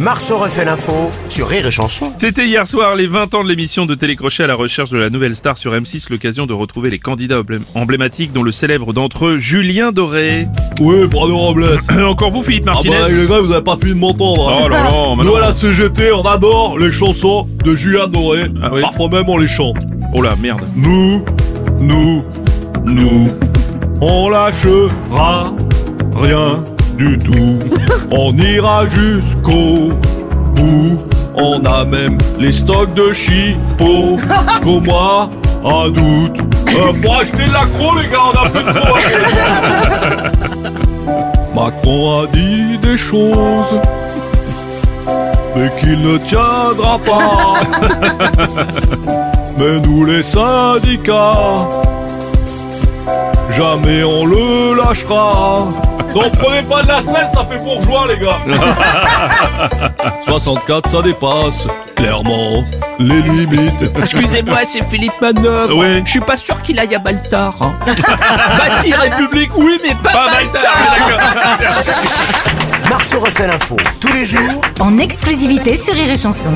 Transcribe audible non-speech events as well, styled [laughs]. Marceau refait l'info sur Rire et Chanson. C'était hier soir les 20 ans de l'émission de Télécrochet à la recherche de la nouvelle star sur M6, l'occasion de retrouver les candidats emblém- emblématiques, dont le célèbre d'entre eux, Julien Doré. [clears throat] Oui, Bruno Robles. Encore vous, Philippe Ah Martinez bah, les gars, vous avez pas fini de m'entendre. hein. Oh là là, maintenant- Nous à la CGT, on adore les chansons de Julien Doré. Ah oui. Parfois même on les chante. Oh là, merde. Nous, nous, nous, on lâchera rien du [laughs] tout. On ira jusqu'au bout. On a même les stocks [laughs] de chipo qu'au mois à doute. Euh, faut acheter de l'accro, les gars, on [laughs] a plus de trop. Macron a dit des choses, mais qu'il ne tiendra [laughs] pas. mais nous les syndicats, jamais on le lâchera. N'en prenez pas de la cesse, ça fait bourgeois, les [laughs] gars. 64, ça dépasse clairement les limites. Excusez-moi, c'est Philippe Manœuvre. Oui. Je suis pas sûr qu'il aille à Baltar. [laughs] Hein. bah si, République, oui, mais pas, Pas mal Baltar. tard, d'accord. Marceau refait l'info tous les jours en exclusivité sur Rire et Chanson.